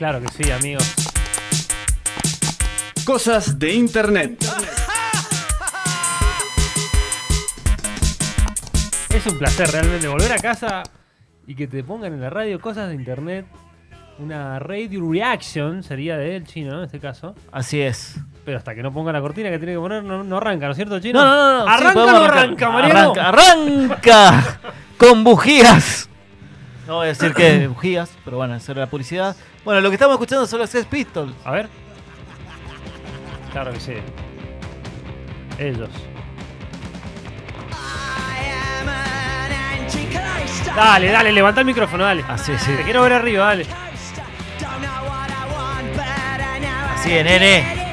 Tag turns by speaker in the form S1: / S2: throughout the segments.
S1: Claro que sí, amigo.
S2: Cosas de Internet.
S1: Es un placer realmente volver a casa y que te pongan en la radio cosas de internet. Una radio reaction sería del chino en este caso.
S3: Así es.
S1: Pero hasta que no ponga la cortina que tiene que poner, no, no arranca, ¿no es cierto, chino?
S3: No, no, no. no, sí,
S1: Arranca o
S3: podemos
S1: no
S3: arrancar.
S1: arranca, Mariano.
S3: Arranca, arranca. con bujías. No voy a decir que bujías, pero bueno, hacer la publicidad. Bueno, lo que estamos escuchando son los Sex Pistols.
S1: A ver. Claro que sí. Ellos. Dale, dale, levanta el micrófono, dale.
S3: Así, Ah, sí.
S1: Te quiero ver arriba, dale.
S3: Así es, nene.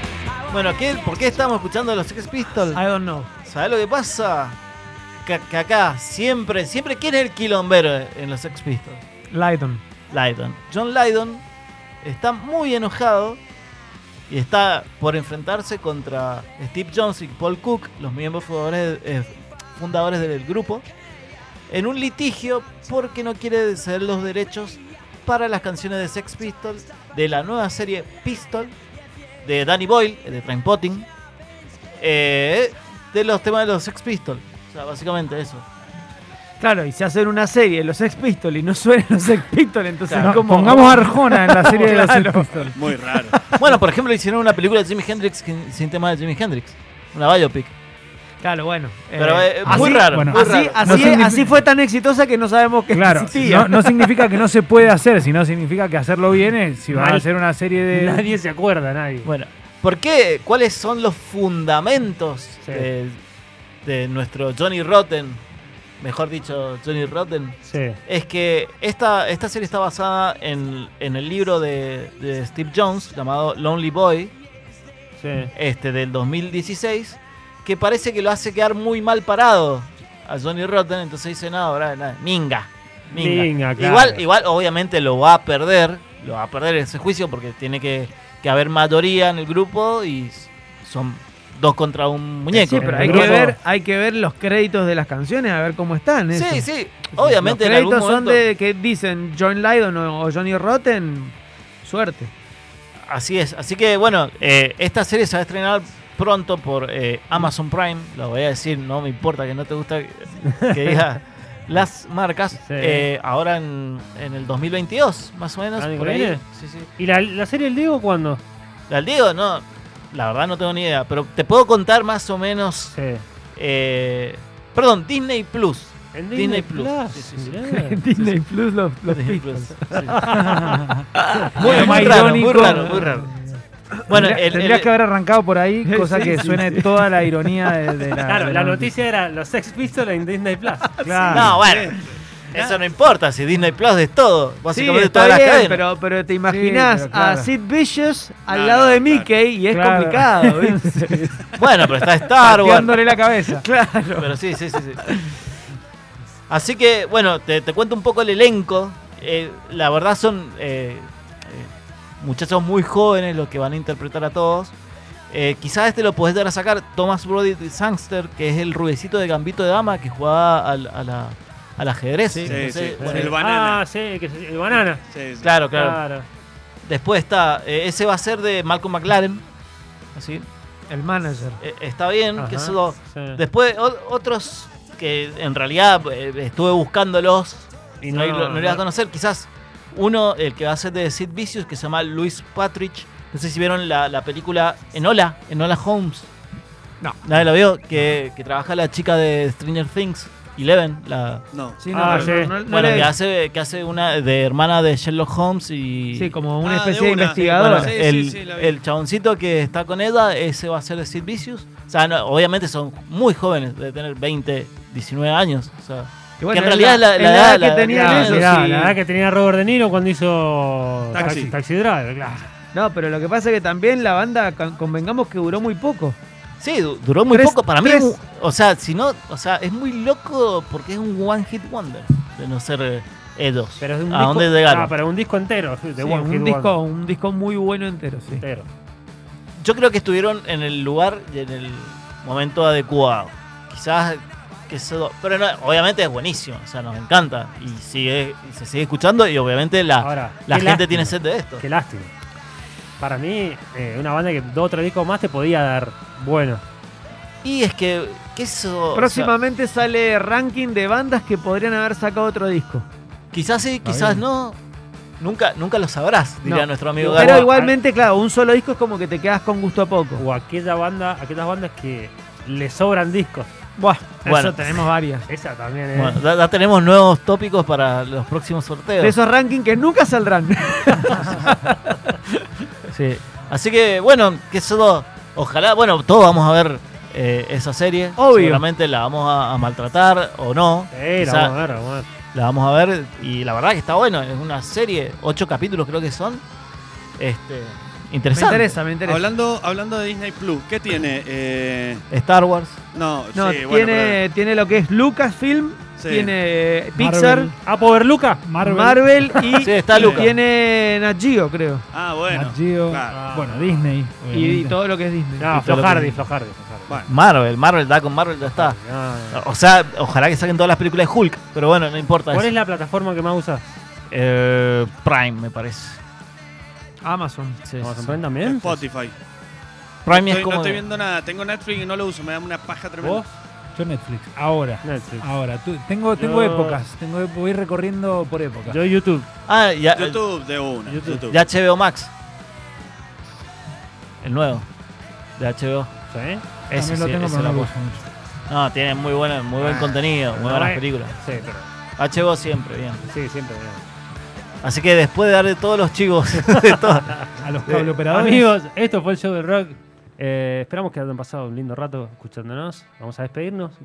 S3: Bueno, ¿qué, ¿por qué estamos escuchando los Sex Pistols?
S4: I don't know.
S3: ¿Sabes lo que pasa? Que, que acá siempre, siempre, ¿quién es el quilombero en los Sex Pistols?
S4: Lydon.
S3: Lydon. John Lydon está muy enojado y está por enfrentarse contra Steve Jones y Paul Cook, los miembros fundadores, eh, fundadores del grupo, en un litigio porque no quiere ceder los derechos para las canciones de Sex Pistols de la nueva serie Pistol de Danny Boyle, el de Trainspotting, eh, de los temas de los Sex Pistols. O sea, básicamente eso.
S4: Claro, y si hacen una serie, los Sex Pistols, y no suenan los Sex Pistols, entonces
S5: No,
S4: ¿cómo?
S5: Pongamos a Arjona en la serie de los
S4: Claro.
S5: Sex Pistols.
S2: Muy raro.
S3: Bueno, por ejemplo, hicieron una película de Jimi Hendrix sin, sin tema de Jimi Hendrix. Una biopic.
S4: Claro, bueno. eh,
S3: Pero eh,
S4: así-
S3: muy raro.
S5: bueno,
S3: muy
S4: Así,
S3: raro.
S4: así,
S5: No significa-
S4: así fue tan exitosa que no sabemos que
S5: Claro,
S4: existía.
S5: no, no significa que no se puede hacer, sino significa que hacerlo bien es, si van a
S1: Nadie-
S5: hacer una serie de...
S1: Nadie se acuerda, nadie.
S3: Bueno, ¿por qué? ¿Cuáles son los fundamentos
S1: Sí.
S3: de, de nuestro Johnny Rotten? Mejor dicho, Johnny Rotten.
S1: Sí.
S3: Es que esta, esta serie está basada en, en el libro de, de Steve Jones llamado Lonely Boy,
S1: Sí.
S3: este del 2016, que parece que lo hace quedar muy mal parado a Johnny Rotten. Entonces dice, no, ahora nada, minga. Minga,
S1: Minga, claro.
S3: igual, igual, obviamente lo va a perder, lo va a perder ese juicio porque tiene que, que haber mayoría en el grupo y s- son dos contra un muñeco.
S4: Sí, pero hay
S1: El
S4: que,
S1: grupo-
S4: ver, hay que ver los créditos de las canciones, a ver cómo están. eso.
S3: Sí, sí, obviamente
S4: Los
S3: en algún
S4: créditos son
S3: momento,
S4: de que dicen John Lydon o o Johnny Rotten. Suerte.
S3: Así es, así que bueno, eh, esta serie se va a estrenar pronto por eh, Amazon Prime, lo voy a decir, no me importa que no te gusta que- que diga las marcas, eh, ahora en, en el 2022, más o menos.
S1: ¿Año que
S3: por ahí.
S1: viene?
S3: Sí, sí.
S1: ¿Y la, la serie del Diego cuándo?
S3: Al digo, no, la verdad no tengo ni idea, pero te puedo contar más o menos
S1: Sí.
S3: Eh, perdón, Disney Plus.
S1: En
S3: Disney Plus. Sí, sí, sí.
S1: mirá.
S4: Disney Plus, los,
S3: Disney Plus. Sí.
S5: Muy
S3: muy, muy
S5: irónico.
S3: raro, muy raro, muy raro. Bueno,
S5: Tendría-
S3: el- el-
S5: tendrías que haber arrancado por ahí, cosa
S4: Sí,
S5: que
S4: sí,
S5: suene toda la ironía de, de la...
S1: Claro,
S5: de
S1: la noticia era los Sex Pistols en Disney Plus.
S4: Ah,
S5: Claro.
S3: no, bueno, eso no importa, si Disney Plus es todo,
S4: Sí,
S3: básicamente
S4: está
S3: todas las
S4: bien,
S3: cadenas.
S4: pero, pero te imaginas
S5: pero claro.
S4: a Sid Vicious al
S2: No,
S4: lado
S2: no,
S4: de
S2: claro.
S4: Mickey y es
S5: Claro.
S4: complicado, ¿viste?
S3: Bueno, pero está Star Wars.
S5: Pateándole la cabeza.
S4: claro.
S3: Pero sí, sí, sí, sí. Así que, bueno, te, te cuento un poco el elenco. Eh, la verdad son eh, eh, muchachos muy jóvenes los que van a interpretar a todos. Eh, quizás este lo podés dar a sacar Thomas Brody Sangster, que es el rubecito de Gambito de Dama que jugaba al, a la, al ajedrez.
S2: Sí,
S3: No sé,
S2: sí.
S3: bueno,
S2: El banana.
S1: Ah, sí, que, se- el banana.
S2: Sí, sí.
S3: Claro, claro.
S1: Claro.
S3: Después está, eh, ese va a ser de Malcolm McLaren. Así.
S4: El manager.
S3: Eh, está bien,
S1: Ajá,
S3: que eso
S1: sí.
S3: Después o- otros que en realidad eh, estuve buscándolos y
S1: Y
S3: no,
S1: no-
S3: lo- no lo ibas a conocer. Quizás uno, el que va a ser de Sid Vicious, que se llama Luis Patrick. No sé si vieron la, la película Enola, Enola Holmes.
S4: No.
S3: Nadie la vio, que, que trabaja la chica de Stranger Things, Eleven, la...
S2: No.
S4: Sí,
S1: Ah, sí.
S4: no
S3: Bueno,
S4: le-
S3: que hace, que hace una de hermana de Sherlock Holmes y...
S4: sí, como una
S2: Ah,
S4: especie
S2: de
S4: de,
S2: una, sí,
S4: investigador.
S3: Bueno,
S2: Sí, sí,
S3: el,
S2: sí, la vi.
S3: el chaboncito que está con Eda, ese va a ser de Sid Vicious. O sea, no, obviamente son muy jóvenes, de tener 20, 19 años. O sea, que en realidad es la- la edad- la-
S4: que tenían
S3: la-
S1: Claro,
S4: ellos.
S1: mirá,
S4: y-
S1: la verdad que tenía Robert De Niro cuando hizo
S2: Taxi.
S1: Taxi, Taxi Driver, claro.
S4: No, pero lo que pasa es que también la banda, con- convengamos que duró muy poco.
S3: sí, du- duró muy
S4: Tres-
S3: poco. Para mí, es
S4: tres-
S3: un- o sea, si no, o sea, es muy loco porque es un one hit wonder de no ser eh, Edos.
S1: Pero es un
S3: ¿A
S1: disco,
S3: dónde llegaron?
S1: Ah, pero un disco entero. De
S4: Sí,
S1: One Hit
S4: un, disco, un disco muy bueno entero, sí.
S1: Wonder. Entero.
S3: Yo creo que estuvieron en el lugar y en el momento adecuado. Quizás que eso- pero no, obviamente es buenísimo, o sea, nos encanta y sigue y se sigue escuchando y obviamente la,
S1: Ahora,
S3: Ah, la
S1: qué
S3: gente
S1: lástima.
S3: tiene sed de esto.
S1: Qué lástima. Para mí, eh, una banda que dos o tres discos más te podía dar. Bueno,
S3: Y es que, que eso o sea,
S4: Próximamente sale ranking de bandas que podrían haber sacado otro disco.
S3: quizás sí, quizás
S1: bien.
S3: no. Nunca nunca lo sabrás, diría
S4: No.
S3: nuestro amigo
S1: Pero
S4: Pero
S3: Gabo.
S4: igualmente, claro, un solo disco es como que te quedas con gusto a poco.
S1: o aquella banda, aquellas bandas que le sobran discos.
S4: Buah,
S3: Bueno.
S4: eso tenemos varias.
S1: Esa también es.
S3: Bueno, ya, ya tenemos nuevos tópicos para los próximos sorteos.
S4: De esos rankings que nunca saldrán.
S3: Sí. Así que, bueno, que eso. Ojalá, bueno, todos vamos a ver eh, esa serie.
S4: Obvio.
S3: Seguramente la vamos a, a maltratar o no.
S1: Eh, la
S3: Quizá
S1: vamos a ver, la vamos a ver.
S3: la vamos a ver. Y la verdad que está bueno. Es una serie, ocho capítulos creo que son. Este,
S4: me
S3: interesante.
S4: interesa, me interesa.
S2: Hablando, hablando de Disney Plus, ¿qué tiene? Eh,
S3: Star Wars.
S2: no,
S4: No,
S2: sí,
S4: tiene,
S2: bueno, pero-
S4: tiene lo que es Lucasfilm,
S2: Sí.
S4: tiene Pixar,
S1: Ah, Power Luca.
S5: Marvel.
S4: Marvel, y,
S3: Sí, está
S4: y
S3: Lucas.
S4: tiene Nat Geo, creo.
S2: Ah, bueno.
S5: Nat Geo.
S2: Claro.
S1: Ah,
S5: Bueno, Disney.
S4: Y, y
S5: obviamente.
S4: todo lo que es
S1: No,
S3: Y
S4: Disney.
S3: todo lo
S1: Flojardi,
S3: que-
S1: Flojardi, Flojardi.
S2: Bueno.
S3: Marvel, Marvel, da con Marvel, ya
S1: Ah.
S3: está.
S1: No, no.
S3: O sea, ojalá que saquen todas las películas de Hulk, pero bueno, no importa.
S1: ¿Cuál
S3: eso.
S1: es la plataforma que más usas?
S3: Eh, Prime, me parece.
S4: Amazon.
S3: Sí, sí,
S1: ¿Amazon
S3: sí.
S1: Prime también?
S2: Spotify.
S3: Prime es
S2: Estoy-
S3: como.
S2: no estoy viendo nada. Tengo Netflix y no lo uso. Me da una paja tremenda.
S1: ¿Vos?
S5: Yo Netflix. Ahora.
S1: Netflix.
S4: Ah.
S5: Ahora. Tú- tengo tengo
S1: Yo-
S5: épocas. Tengo, ép- voy recorriendo por épocas.
S1: Yo YouTube.
S3: Ah, ya,
S2: YouTube de una.
S1: YouTube.
S2: YouTube.
S3: de HBO Max. El nuevo. De HBO.
S1: ¿Sí?
S5: También
S3: Ese
S5: lo
S3: sí,
S5: tengo,
S3: ese
S5: pero no
S3: lo
S5: lo
S3: puedo.
S5: uso mucho.
S3: No, tiene muy, buena, muy buen contenido, muy buenas
S1: eh.
S3: películas.
S1: Sí, pero.
S3: HBO siempre, bien.
S1: Sí, siempre. mira.
S3: Así que después de darle todos los chivos, de todo-
S5: A los cable operadores.
S1: Amigos, esto fue el show del rock. Eh, esperamos que hayan pasado un lindo rato escuchándonos. Vamos a despedirnos.